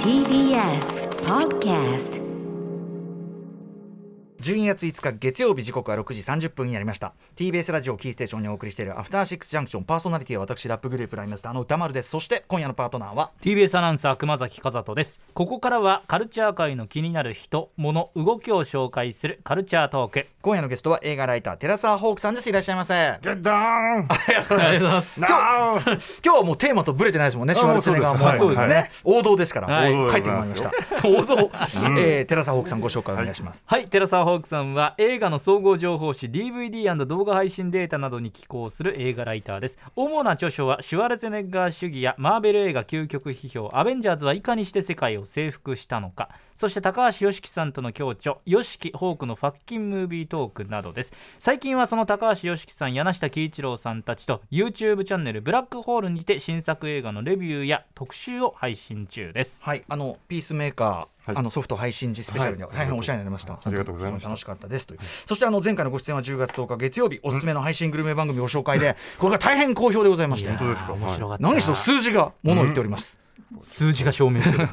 TBS Podcast 12月5日月曜日時刻は6時30分になりました TBS ラジオキーステーションにお送りしているアフターシックスジャンクションパーソナリティは私ラップグループライムスターの歌丸ですそして今夜のパートナーは TBS アナウンサー熊崎和人ですここからはカルチャー界の気になる人物動きを紹介するカルチャートーク今夜のゲストは映画ライター寺澤ホークさんですいらっしゃいませ今ゲッダー ンありがとうございますなー日はもうテーマとブレてないですもんねシュワルツェネガーもあもうそうですはいはね王道ですから、はい書いてもらいました王道、えー寺澤ホークさんご紹介お願いします、はい寺澤ホークさんは映画の総合情報誌 DVD& 動画配信データなどに寄稿する映画ライターです主な著書はシュワルツェネッガー主義やマーベル映画究極批評アベンジャーズはいかにして世界を征服したのかそして高橋良樹さんとの共著「良樹ホークのファッキンムービートーク」などです最近はその高橋良樹さん柳下喜一郎さんたちと YouTube チャンネルブラックホールにて新作映画のレビューや特集を配信中ですはい、あのピースメーカー、はいあのソフト配信時スペシャルではい大変お世話になりました。ありがとうございました楽しかったですという。そしてあの前回のご出演は10月10日月曜日おすすめの配信グルメ番組を紹介で、これが大変好評でございまして、当ですかいやー面白かった何しろ数字がものを言っております。数字が証明してる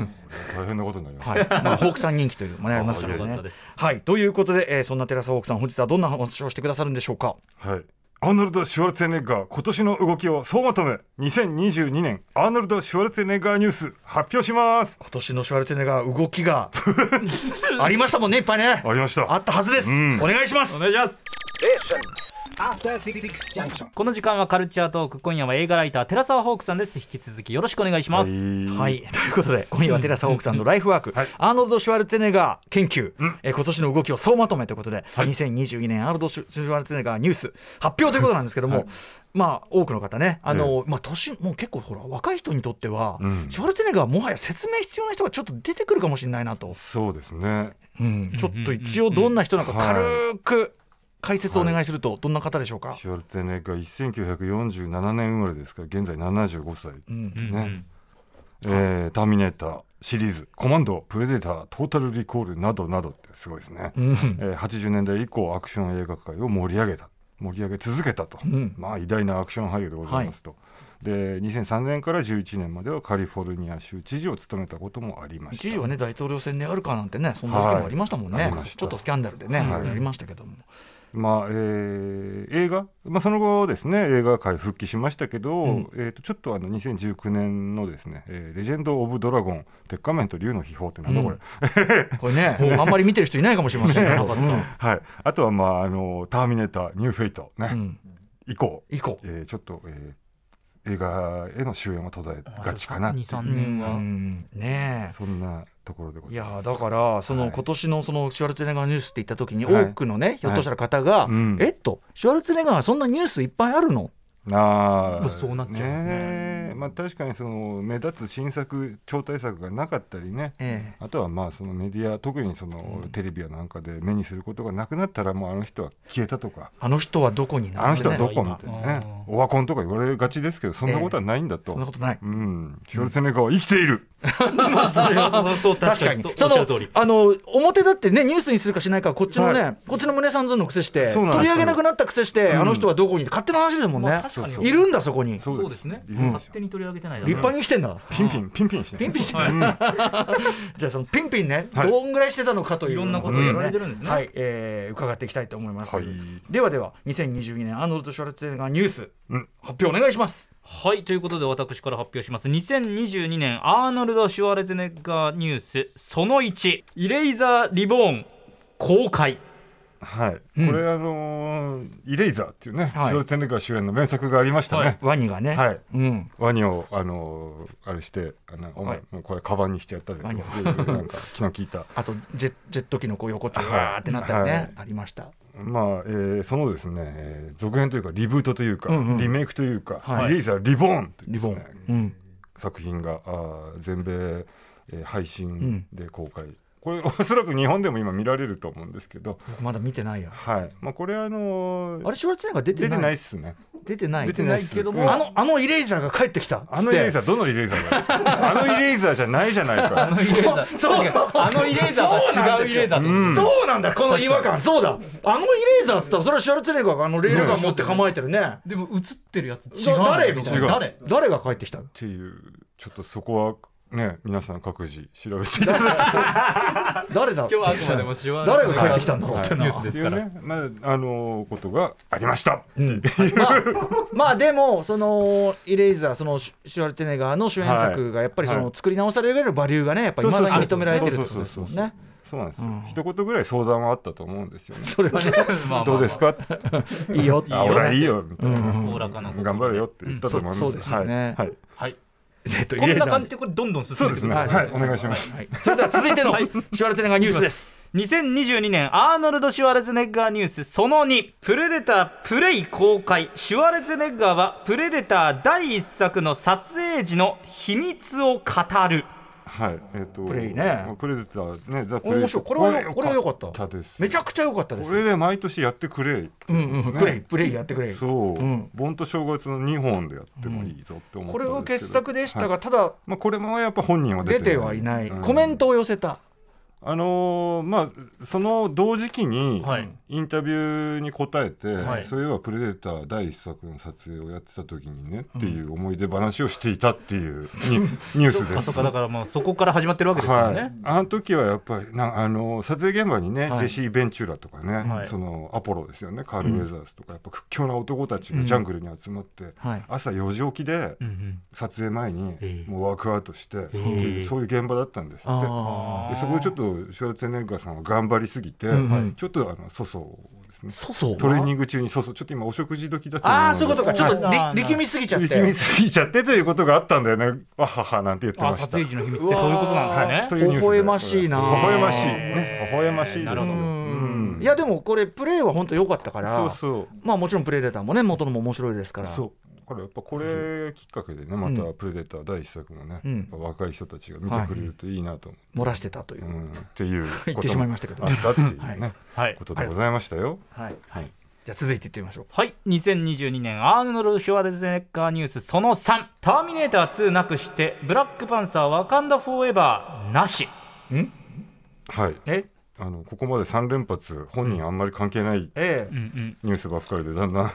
大変なことになりましたはい、まあホークさん人気というものがありますからあよかったねです。はい、ということで、えーそんなテラスホークさん本日はどんな話をしてくださるんでしょうか。はいアーノルド・シュワルツェネッガー今年の動きを総まとめ2022年アーノルド・シュワルツェネッガーニュース発表します今年のシュワルツェネが動き がありましたもんねいっぱいね。ありましたあったはずです。うんお願いします。お願いします After Six Junction. この時間はカルチャートーク今夜は映画ライター寺澤ホークさんです引き続きよろしくお願いします、ははいい、ということで今夜はテラサホークさんのライフワーク、はいアーノルド・シュワルツェネッガー研究、えー今年の動きを総まとめということで、い2022年アーノルド・シュシュワルツェネッガーニュース発表ということなんですけども、まあ多くの方ねあの、まあ、年もう結構ほら若い人にとっては、うんシュワルツェネッガーはもはや説明必要な人がちょっと出てくるかもしれないなと、そうですねうんちょっと一応どんな人なのかはい軽く解説をお願いするとどんな方でしょうか、シュワルツェネッガー1947年生まれですから現在75歳うんうんうんねえーターミネーターシリーズコマンドプレデタートータルリコールなどなどってすごいですねうんえー80年代以降アクション映画界を盛り上げた盛り上げ続けたと、んまあ偉大なアクション俳優でございますと、で2003年から11年まではカリフォルニア州知事を務めたこともありました一時はね大統領選であるかなんてねそんな事件もありましたもんね、はいありましたちょっとスキャンダルでね、はいありましたけども。まあえー映画、まあ、その後ですね映画界復帰しましたけど、んえー、とちょっとあの2019年のですね「えーレジェンド・オブ・ドラゴン鉄仮面と竜の秘宝」ってなんだこれ、うんこれ ね、あんまり見てる人いないかもしれませんね。はい、あとは、まああの「ターミネーター」「ニューフェイトね」うん以降、以降。えーちょっと、えー映画への終焉は途絶えがちかなっていう23年は、うんねえ。そんなところでございいやまーす。だからそのはい今年のそのシュワルツェネッガーニュースって言った時にはい多くのねひょっとしたら方がうん「えっとシュワルツェネッガーはそんなニュースいっぱいあるの?あもーうそうなっちゃいますねえまあ確かにその目立つ新作超大作がなかったりね。えあとはまあそのメディア特にそのテレビやなんかで目にすることがなくなったらもうあの人は消えたとか」あの人はどこにあの人はどこみ今たいなねオワコンとか言われがちですけどそんなことはないんだと、そんなことない。うんシュワルツェネッガーは生きている、まあそれはそうそう確確かかににそ そのの通りあの表だってねニュースにするかしないかこっちのね、はこっちの胸さんずんの癖してそうなんです取りよ上げなくなった癖して、うんあの人はどこに勝手な話ですもんね、まあ確かにそういるんだそこに立そうそうですね、いるんです勝よ手に取り上げてないだろう派に生きてんだピンピンピンピンしてピンピンしてる、うん じゃあそのピンピンね、はいどんぐらいしてたのかといういろんなことをねやられてるんですねはい、えー伺っていきたいと思います、はいではでは2022年アーノルド・シュワルツェネッガーニュース、うん発表お願いしますはいということで私から発表します2022年アーノルド・シュワルツェネッガーニュースその1イレイザー・リボーン公開はい、んこれあのーイレイザーっていうね、はいシュワルツェネッガー主演の名作がありましたね。ワニがね、はいうんワニをあのーあれしてあのお前、はいもうこれカバンにしちゃったぜとワニをいうなんか気の利いた。あとジェジェット機のこう横っちょわーってなったりね、はいありましたまあ、えーそのですね、えー続編というかリブートというか、うんうんリメイクというか、はいイレイザーリボーンというですね、うん作品があー全米、えー配信で公開。これ おそらく日本でも今見られると思うんですけど、僕まだ見てないやはい。まあこれあのーあれシュワルツェネッガー出出ててなないいっすね。出てない出てないっすけどもうんあのあのイレイザーが帰ってきたっつってあのイレイザーどのイレイザーだよあのイレイザーじゃないじゃないあかのイレイザーそう確かにあのイレイザーは違うイレイザーってことですねうんそうなんだこの違和感そうだあのイレイザーっつったらそれはシュワルツェネッガーがあのレールガン持って構えてるね でも映ってるやつ違うだ誰みみたたいい違なうな 誰が帰ってきたのっていうちょっとそこはね皆さん各自調べていただ誰だ今日はあくまでもシュワルツ誰が帰ってきたんだろうっていてな、ニュースですからっていうねなあのことがありましたまあ、まあでもそのイレイザーそのシュシュワルツェネッガーの主演作がやっぱりそはのい作り直されるバリューがねやっぱりまだに認められてるってことですもんね。そうなんですよ、一言ぐらい相談はあったと思うんですよねそれはねまあまあまあどうですかいいよってあ俺はいいよみたいな、おおらかな頑張れよって言ったと思います、うんそうそうですよねはい、はい、はいえっとこんな入れた感じでこれどんどん進そんでうくでするねははいい、お願いします、はいそれでは続いてのシュワルツェネッガーニュースです。 2022年アーノルド・シュワルツェネッガーニュースその2プレデタープレイ公開シュワルツェネッガーはプレデター第一作の撮影時の秘密を語るはい、えっ、と、プレイねプレデターね、ザプレイ。面白いこれはこれは良かっ良たです。めちゃくちゃ良かったですこ。れで毎年やってくれ。うんうんねプレイプレイやってくれそう、ん盆と正月の2本でやってもいいぞって思ったんですけど、これは傑作でしたはがいただまあ、これもやっぱ本人は出出ててはいないうんコメントを寄せた。あのーまあその同時期にはいインタビューに答えて、はいそういえば「プレデター」第一作の撮影をやってた時にねっていう思い出話をしていたっていうにニュースであすそっ。かだからもうそこから始まってるわけですよはね、い、あの時はやっぱりなあの撮影現場にね、はいジェシー・ベンチュラとかね、はいそのアポロですよねカール・ウェザースとか、やっぱ屈強な男たちがジャングルに集まって、はい朝4時起きでうんうん撮影前にええもうワークアウトして、ってえいうそういう現場だったんですって。あでそこでちょっとシュワルツェネッガーさんは頑張りすぎて、んうんちょっとあの粗相をですねあ、そうそう。トレーニング中に粗相ちょっと今お食事時だったああそういうことか。ちょっとあーな力力みすぎちゃって。力みすぎちゃってということがあったんだよねわははなんて言ってあました撮影時の秘密ってそういうことなんですねというニュースで微笑ましいな微笑ましいへねー微笑ましいですなよるほどうんいやでもこれプレイは本当良かったから。そうそうまあもちろんプレデターもね元のも面白いですからそうだからやっぱこれきっかけでねまた「プレデター」第一作もね、うんやっぱ若い人たちが見てくれるといいなと思、漏らしてたというう、うんっていう言こともってしまいましたけどあったっていうね、はいことでございましたよはいはいじゃあ続いていってみましょうはい2022年アーノルド・シュワルツェネッガーニュースその3「ターミネーター2」なくして「ブラックパンサーワカンダ・フォーエバー」なしはいえあのここまで3連発本人あんまり関係ないえうえんうんニュースばっかりでだんだんえ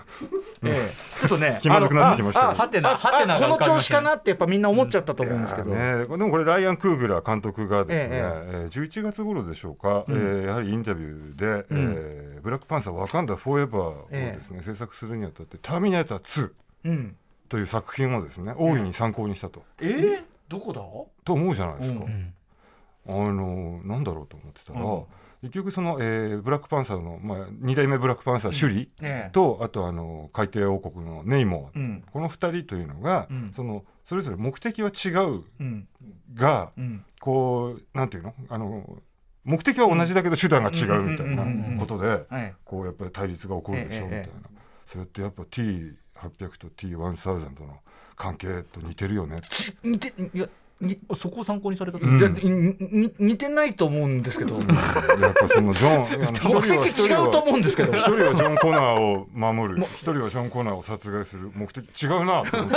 えちょっと ね気まずくなってきましたよあのああハテナハテナあが浮こかびまのし調たね子かなってやっぱみんな思っちゃったと思うんですけど、ね、でもこれライアン・クーグラー監督がですね、ええー11月頃でしょうか、えーやはりインタビューで、えーブラックパンサーワカンダフォーエバー」をですね、制作するにあたって「ターミネーター2うん」という作品をですね大いに参考にしたと。ええどこだと思うじゃないですか、んあのなんだろうと思ってたら、結局その、えーブラックパンサーの、まあ、2代目ブラックパンサーシュリええと、あとあの海底王国のネイモア、うんこの2人というのが、うんそのそれぞれ目的は違ううんが、うんこうなんていうのあの目的は同じだけど手段が違うみたいなうんうんうんうんうんことではいこうやっぱり対立が起こるでしょうみええたいな、それってやっぱ T800 と T1000 との関係と似てるよねち似ていやにあそこを参考にされたと、うんじゃにに似てないと思うんですけど やっぱそのジョンあの一人は目的違うと思うんですけ ど一人はジョン・コナーを守る一人はジョン・コナーを殺害する目的違うなと思って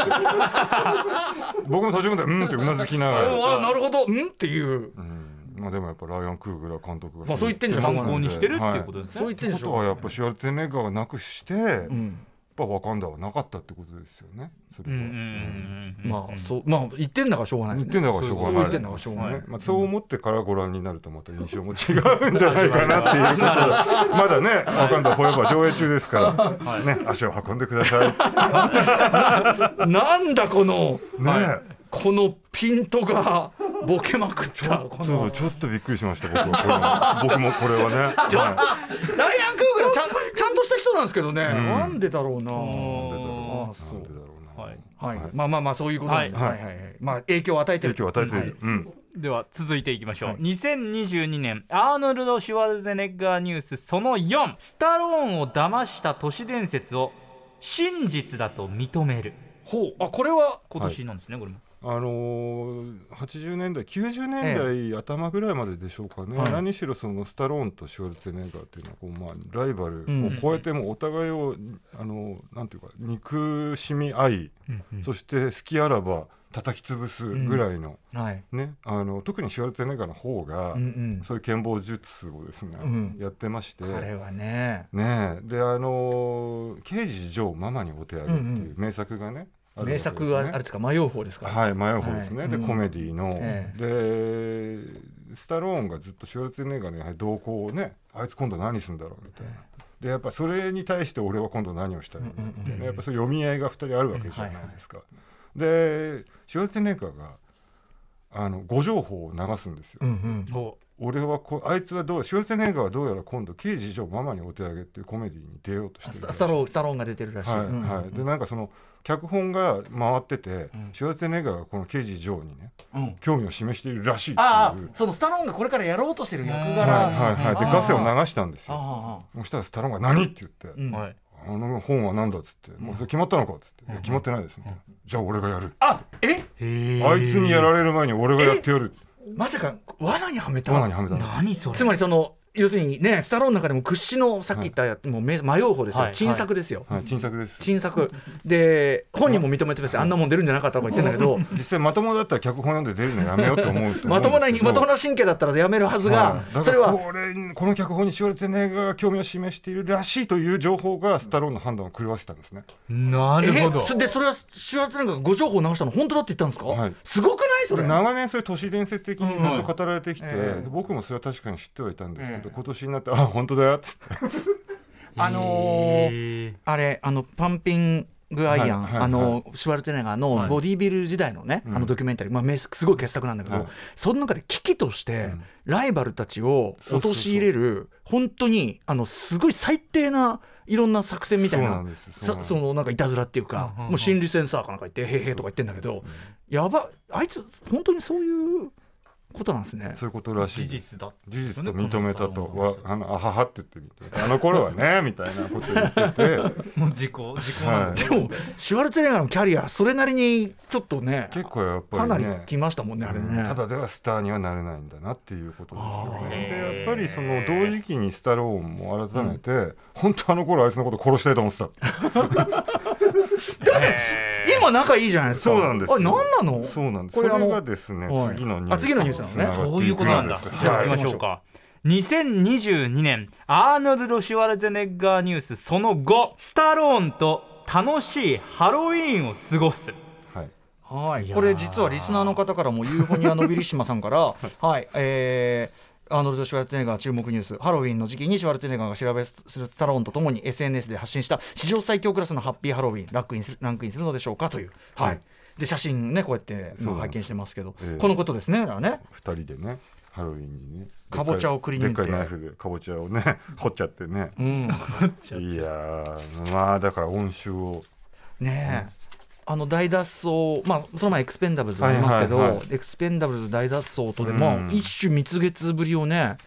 僕も途中までうんってうなずきながら、ああなるほどんっていううんまあ、でもやっぱライアン・クーグラー監督がまあそう言ってんじゃんそう参言考にしてるっていうこはとですね、そう言ってんってでこしとょはやっぱシュワルツェネッガーはなくして、やっぱワカンダはなかったってことですよねそれうんは、うんうんうんまあそうまあ言ってんだからしょうがない言ってんだからしょうがそうない言ってんだからしょうがないねまあ、そう思ってからご覧になるとまた印象も違うんじゃないかなっていうことでまだね「ワカンダフォーエバー」上映中ですから、ね、足を運んでくださいねなんだこのえ、このピントがボケまくったこそのうちょっとびっくりしました僕はこれは僕もこれはね、はライアン・クーグラちゃんちゃんとした人なんですけどね、なんでだろうなああい、そうなんでだろうな、はいはい、はいまあまあまあそういうことなんで、はいはいはいはいまあ影響を与えてる影響を与えている、うんでは続いていきましょう、はい2022年アーノルド・シュワルツェネッガーニュースその4スタローンを騙した都市伝説を真実だと認めるほうあこれは今年なんですね、これもあのー、80年代90年代頭ぐらいまででしょうかね、はい何しろそのスタローンとシュワルツェネッガーっていうのはこう、まあ、ライバルを超えてもお互いを、あのーなんていうか憎しみ合い、そして好きあらば叩き潰すぐらいの、はいね、あの特にシュワルツェネッガーの方が、うんうんそういう剣謀術をですね、んやってまして。彼はねねえであのー「刑事ジョーママにお手上げ」っていう名作がね、ああるわけですね名作はあれですか迷う方ですか、はい、迷う方ですね、はいでうんコメディの、えでスタローンがずっとシュワルツェネッガーに同行をねあいつ今度何するんだろうみたいな。でやっぱそれに対して俺は今度何をしたいのかみたいなやっぱそういう読み合いが2人あるわけじゃないですか。でシュワルツェネッガーがあの誤情報を流すんですよ。うんお俺はこあいつはどうシュワルツェネッガーはどうやら今度「刑事上ママにお手上げ」っていうコメディに出ようとしうん、てスるタスタローンスタローンが出てるらしい、はいうんはい、でなんかその脚本が回ってて、シュワルツェネッガーがこの刑事ジョーにね、うん興味を示しているらしいっていうああはいそのスタローンがこれからやろうとしてる役は柄、いはいであーガセを流したんですよああそしたらスタローンが「何?」って言って、うんはいあの本は何だ?」っつって「もうそれ決まったのか?」っつって「いや決まってないです」みたいな「じゃあ俺がやる」あえあいつにやられる前に俺がやってやる」まさか罠にはめた罠にはめたの何それつまりその要するにねスタローンの中でも屈指のさっき言った、もう迷う方ですよ、はい沈作ですよ、はい、沈作です沈作で本人も認めてますよあんなもん出るんじゃなかったとか言ってんだけど実際まともだったら脚本読んで出るのやめようと思うと思うんですけど まともなまともな神経だったらやめるはずがはい、だそかれらはこれこの脚本にシュワルツェネッガーが興味を示しているらしいという情報がスタローンの判断を狂わせたんですね。なるほどえそでそれはシュワルツェネッガーがご情報を流したの本当だって言ったんですか、はいすごくないそれ長年それ都市伝説的にずっと語られてきて、僕もそれは確かに知ってはいたんですけど、今年になって「あ本当だよ」っつってあのーあれあのパンピングアイアン、はいはいあのシュワルツェネッガーのボディービル時代のね、あのドキュメンタリー、まあ、名作すごい傑作なんだけど、はいその中で危機として、ライバルたちを陥れる本当にあのすごい最低ないろんな作戦みたいそうななんですよそうさなんですそのなんかいたずらっていうか、もう心理センサーかなんか言って「へーへーとか言ってんだけど、やばあいつ本当にそういうことなんですね。そういうことらしいです。だ事実と認めたとこのわスタローンの話あのあははって言ってみてあの頃はねみたいなこと言ってて、もう時効時効なんはですでよ、もシュワルツェネッガーのキャリアそれなりにちょっとねい、結構やっかぱなりりね来ましたもんねあれね。うんただではスターにはなれないんだなっていうことですよね。あーでやっぱりその同時期にスタローンも改めて、本当あの頃あいつのこと殺したいと思ってた 今仲いいじゃないですか。そうなんですよあれ何なの？そうなんですこれそれあのがですねはい次のニュースあ次のニュースなのねつがってくそういうことなんだですじゃあはい行きましょうか2022年アーノルド・シュワルツェネッガーニュースその5スタローンと楽しいハロウィーンを過ごすはいはい、これ実はリスナーの方からもユーフォニアのウィリシマさん から、はい、えー、アーノルド・シュワルツェネッガー注目ニュースハロウィンの時期にシュワルツェネッガーが調べするスタローンとともに SNS で発信した史上最強クラスのハッピーハロウィンランクインするランクインするのでしょうかという、はいはいで写真ねこうやって、そうまあなんです拝見してますけど、ええこのことですねだからね二人でねハロウィンにねかぼちゃをくり抜いてでっかいナイフでかぼちゃをね掘っちゃってねうんいやーまあだから温州をねえ、あの大脱走、まあ、その前エクスペンダブルズもありますけど、はいはいはエクスペンダブルズ大脱走とでうもん一種蜜月ぶりをね、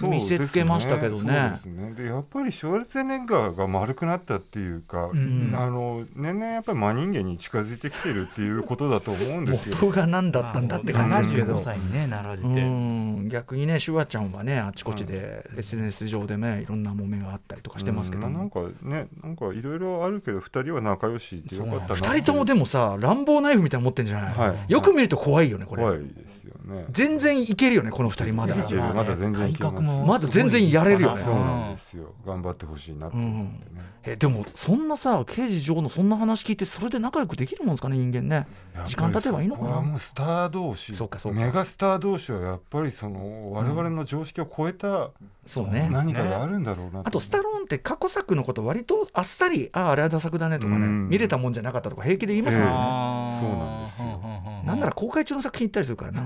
見せつけましたけどねそうですねでやっぱりシュワルツェネッガーが丸くなったっていうか、んあの年々やっぱり真人間に近づいてきてるっていうことだと思うんですよ元が何だったんだって感じですけ75ど。歳に、ね、なられて、うん逆にねシュワちゃんはねあちこちで SNS 上でねいろんな揉めがあったりとかしてますけどうんなもんかねなんかいろいろあるけど二人は仲良しでよかったな2人ともでもさ乱暴ナイフみたいなの持ってんじゃない、はいよく見ると怖いよねこれ怖いですよね全然いけるよねこの2人まだいけるまだ全然いけます改革もまだ全然やれるよねそうなんですよ頑張ってほしいなと思ってね、えでもそんなさ刑事上のそんな話聞いてそれで仲良くできるもんですかね人間ねやっぱり時間経てばいいのかそこはなもうスター同士そうかそうかメガスター同士はやっぱりその我々の常識を超えたそうね何かがあるんだろうなあとスタローンって過去作のこと割とあっさりあああれはダ作だねとかねうん見れたもんじゃなかったとか平気で言いますからね、あーそうなんですようううなんなら公開中の作品行ったりするから な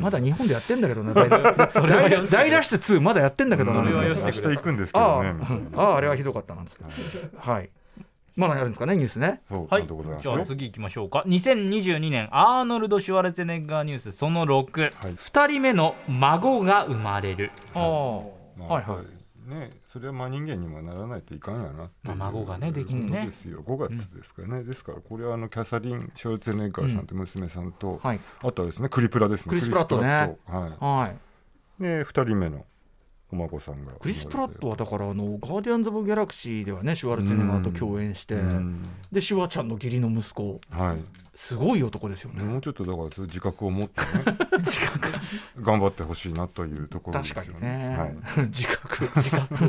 まだ日本でやってんだけど な大大大脱出2まだやってんだけどなそれはよし明日行くんですけあどあねみたいあなああれはひどかったなんですけどはいまだやるんですかねニュースねそうはなんいでございま、すじゃあよ次行きましょうか2022年アーノルド・シュワルツェネッガーニュースその6、はい2人目の孫が生まれる、ああまあはいはいねそれは真人間にもならないといかんやなっていうまあ孫がねできてねことですよ5月ですかね、ですからこれはあのキャサリン・シュワルツェネッガーさんって娘さんと、はいあとはですねクリプラですねクリスプラットねクリスプラットははいいで2人目のお孫さんがクリス・プラットはだからあのガーディアンズ・オブ・ギャラクシーではねシュワルツェネッガーと共演して、うんでシュワちゃんの義理の息子はいすごい男ですよね、もうちょっとだからそういう自覚を 持ってね頑張ってほしいなというところです確よ かにね、はい 自覚自覚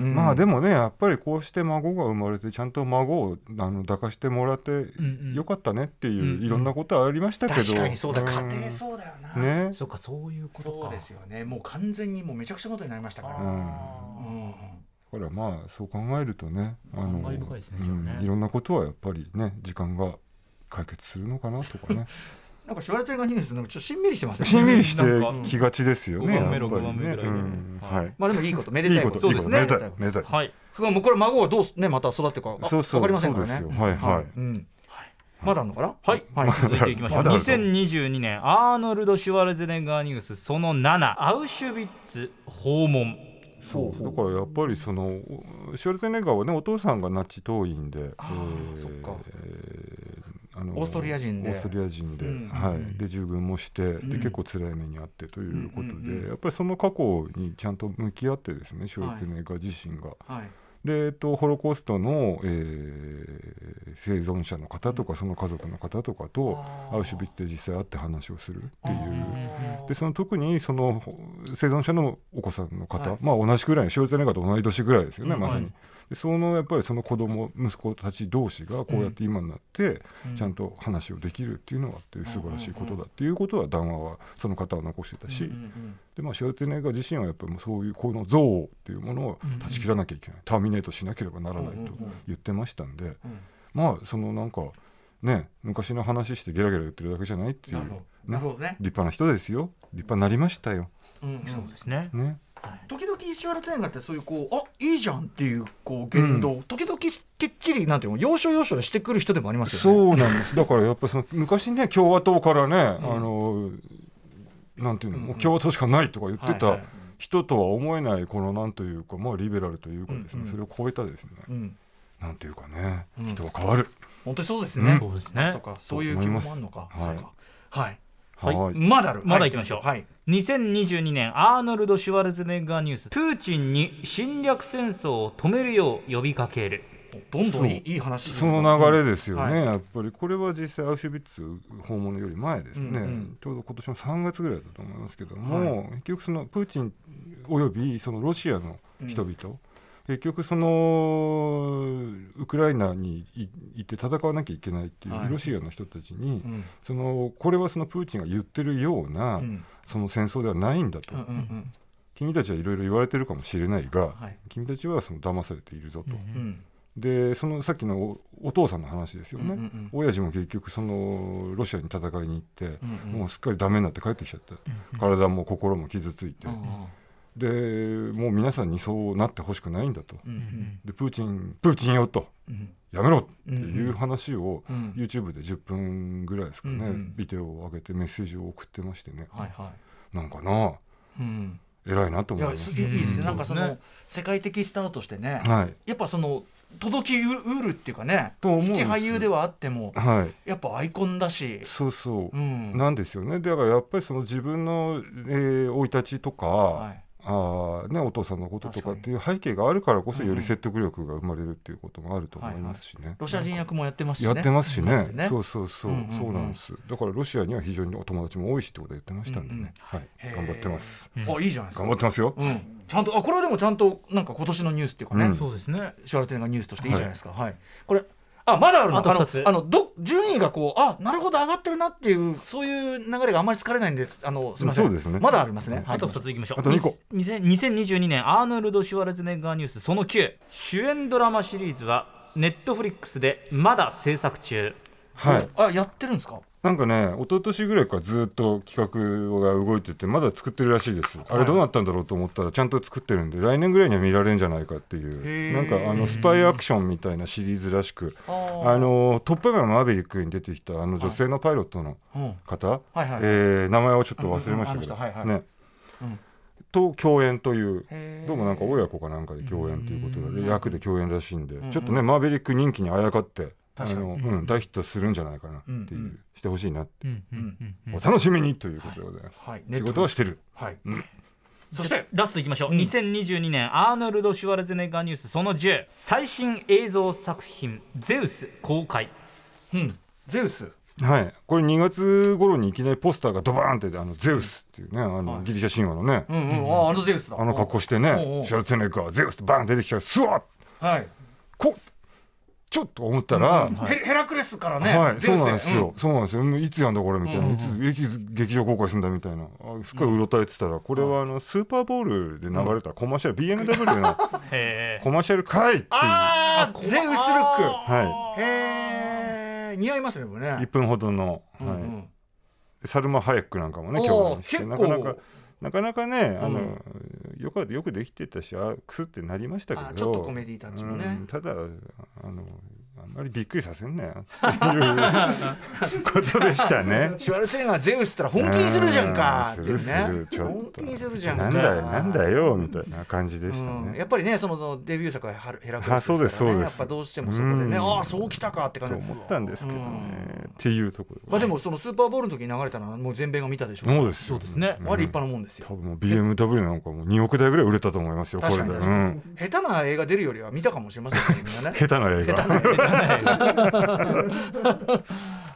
うんまあでもねやっぱりこうして孫が生まれてちゃんと孫をあの抱かしてもらってうんよかったねっていう、うんうんいろんなことはありましたけど確かにそうだん家庭そうだよな、ねそうかそういうことかそうですよねもう完全にもうめちゃくちゃことになりましたから、うんうんだからまあそう考えるとねあの感慨深いですねうじゃあねんいろんなことはやっぱりね時間が解決するのかなとかねなんかシュワルツェネッガーニュースなんかちょっとしんみりしてますねしんみりしなんかてきがちですよね五番目やっぱり六番目ねぐらいでうんはいはいまあでもいいことめでいいたいこことといいこそとうでめすねでたいめでたいはいふもうこれ孫がどうすねまた育っていくかあそうそうわかりませんからねそうですよはいはいうんまだあんのかなはい、続いていきましょうまだある2022年アーノルド・シュワルゼネッガーニュースその7アウシュビッツ訪問そうだからやっぱりそのおシュワルツェネッガーはねお父さんがナチ党員であーそっかえーあのオーストリア人でオーストリア人で、うんはい、で従軍もして、んで結構辛い目にあってということうで、んうんうんやっぱりその過去にちゃんと向き合ってですねシュワルツェネッガー自身が、はいで、えっと、ホロコーストの、えー生存者の方とかその家族の方とかとアウシュビッツで実際会って話をするっていう。でその特にそのほ生存者のお子さんの方、はいまあ、同じくらいシュワルツェネッガーと同い年ぐらいですよね、うんまさに。はいでそのやっぱりその子供息子たち同士がこうやって今になってうんちゃんと話をできるっていうのはっていう素晴らしいことだっていうことは談話はその方は残してたし、うんうんでまあ、シュワルツェネッガー自身はやっぱりもうそういうこの憎悪っていうものを断ち切らなきゃいけない、ターミネートしなければならないと言ってましたんで、うんまあそのなんかね昔の話してゲラゲラ言ってるだけじゃないっていう、なるほねどなるほどね立派な人ですよ立派になりましたよ。うんうんそうですねね時々シュワルツェネッガーってそういうこうあいいじゃんっていうこう言動、時々きっちりなんていうの要所要所でしてくる人でもありますよねそうなんです。だからやっぱりその昔ね共和党からね、あのなんていうの、もう共和党しかないとか言ってはいたはい人とは思えないこのなんというかまあリベラルというかですうんね、うんそれを超えたですね、うんなんていうかね、うん人は変わる。本当にそうですね、そうですねそうかそういう気もあんのかと思いますそうかはいはいはまだあるまだ行きましょうはい2022年アーノルド・シュワルツェネッガーニュースプーチンに侵略戦争を止めるよう呼びかけるどんどんいそういいい話ですそねの流れですよね、はいやっぱりこれは実際アウシュビッツ訪問より前ですね、うんうんちょうど今年の3月ぐらいだと思いますけども、結局そのプーチンおよびそのロシアの人々、結局そのウクライナにい行って戦わなきゃいけないっていはいうロシアの人たちに、うんそのこれはそのプーチンが言ってるような、うんその戦争ではないんだと、うんうん君たちはいろいろ言われてるかもしれないが、はい君たちはその騙されているぞと。うんうんでそのさっきのおお父さんの話ですようんね、うんうん親父も結局そのロシアに戦いに行って、うんうんもうすっかりダメになって帰ってきちゃった、体も心も傷ついて、あでもう皆さんにそうなってほしくないんだと、ーうんでプーチンプーチンよとうんやめろっていう話を、うん YouTube で10分ぐらいですかね、うんうんビデオを上げてメッセージを送ってましてね、はいはなんかないうん偉いなとい思やいますすいいいですねなんかそそうので世界的スターとしてねはいやっぱその届きううるっていうかねと思うんです一俳優ではあってもはいやっぱアイコンだしそうそう、うんなんですよねだからやっぱりその自分の生、えー生い立ちとか、いあーね、お父さんのこととかっ確ていう背景があるからこそより説得力が生まれるっていうこともあると思いますしね。ロシア人役もやってますしやねってますしねやってまそうそうそう、うんうんうんそうなんですだからロシアには非常にお友達も多いしってこと言ってましたんでね、うんうんはいへー頑張ってますあいいじゃないですか頑張ってますよ、うん、ちゃんとあこれはでもちゃんとなんか今年のニュースっていうかね、うんそうですねシュワルツェネッガーニュースとしていいじゃないですか、はいこれあまだあるのあと二つのあのど順位がこうあなるほど上がってるなっていうそういう流れがあんまり疲れないんであのすみませんそうですねまだありますね、あとはい2ついきましょう。あと二個にせん2022年アーノルド・シュワルツェネッガーニュースその9主演ドラマシリーズはネットフリックスでまだ制作中。はいあやってるんですかなんかね一昨年ぐらいからずっと企画が動いててまだ作ってるらしいです、あれどうなったんだろうと思ったらちゃんと作ってるんで来年ぐらいには見られるんじゃないかっていへーうなんかあのスパイアクションみたいなシリーズらしく「あーあのトップガンマーヴェリック」に出てきたあの女性のパイロットのうん方、はいはいえー名前をちょっと忘れましたけど、うんうんあの人はいはいねうんと共演というへーどうもなんか親子かなんかで共演ということで、うん役で共演らしいんで、んちょっとねマーヴェリック人気にあやかってあ確かにの、うん、大ヒットするんじゃないかなってういう、んうんしてほしいなって、うんうんお楽しみにということでございます、はい仕事はしてるはい、うんそしてラストいきましょう、2022年アーノルド・シュワルツェネッガーニュースその10最新映像作品「ゼウス」公開うんゼウスはい、これ2月頃にいきなりポスターがドバーンってあのゼウスっていうねあはのいギリシャ神話のね、うんうん、ああのゼウスだあの格好しておうおねうシュワルツェネッガーゼウスってバーン出てきちゃうスワッはいこちょっと思ったら、ヘヘラクレスからね、はい、ゼそうウスなんですよ、そうなんですよ、もういつやんだこれみたいな、いつ劇劇場公開するんだみたいな、あすっごいうろたえてたら、これはあのスーパーボールで流れたコマーシャル、BMW のへえコマーシャルかいっていう、はあゼウスルッい、クへえ似合いますねこれね1分ほどの、うんうはいんサルマ・ハヤックなんかもね、おー共演して、結な構かなか。なかなかね、あの、うんよかよくできてたし、あ、くすってなりましたけあど。ちょっとコメディタッチもねうんただ、あの、あんまりびっくりさせん なよ。っていうことでしたね。シュワルツェネッガーゼウスったら本気にするじゃんかっていうねうんするするちょっ本と気にするじゃんかなんだよなんだよみたいな感じでしたうんやねっ。ぱりねそのデビュー作はヘラクレスあそうでですすそかうらねですやっぱどうしてもそこでねうんああそうきたかって感とじ思ったんですけどうんね。っていうところ。まあでもそのスーパーボールの時に流れたのはもう全米が見たでしょそうですよ。そうですねあれ立派なもんですよ多分もう BMW なんかもう2億台ぐらい売れたと思いますよ。これ確で。かにう確かにん。下手な映画出るよりは見たかもしれませんねみんな ね下手な映画。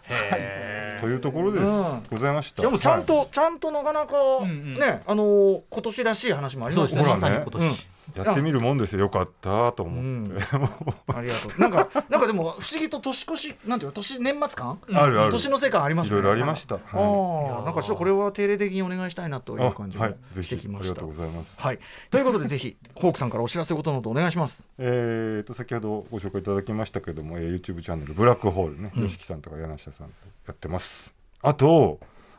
へというところでうんございました。でもちゃんと、ちゃんとなかなかんうんねあのー今年らしい話もあえりそうまでしすたねまほらねさに今年やってみるもんですよ。よかったと思って。 ありがとう。なんか、なんかでも、不思議と年越し、なんていうの、年年末感。あるある。年のせい感ありますいねろいろありました。なんかはああ、なんかちょっとこれは定例的にお願いしたいなといいう感じあはがい。ぜしてひきあまりしがたとう。ございます。はい、ということで、ぜひ、ホークさんからお知らせことなどお願いします。えー、と先ほどご紹介いただきましたけども、えー YouTube チャンネル「ブラックホールね」吉木さんとか柳下さんとやってますあと、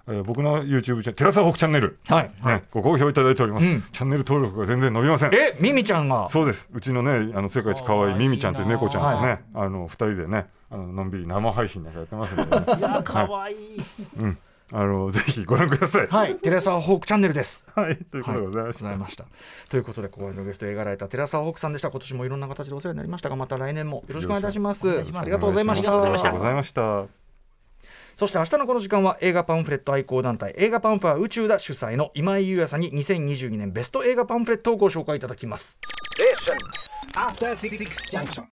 えー僕の YouTube チャンネル「テラサホークチャンネル」はい。ね、ご好評いただいております、うんチャンネル登録が全然伸びませんえ、ミミちゃんが。そうですうちのねあの世界一可愛いミミちゃんという猫ちゃんとはね、あの2人でねあののんびり生配信なんかやってますので、ね、いや可愛いうん、あのぜひご覧くださいはい、テレサホークチャンネルです。はい、ということでございましごた、ざいました。ということで、今回のゲスト映画ライター、寺澤ホークさんでした。今年もいろんな形でお世話になりましたが、また来年もよろしくお願いいたします。ありがとうございました。ありがとうございましたそして明日のこの時間は映画パンフレット愛好団体映画パンファー宇宙だ主催の今井優也さんに2022年ベスト映画パンフレットをご紹介いただきます。 After Six Junction.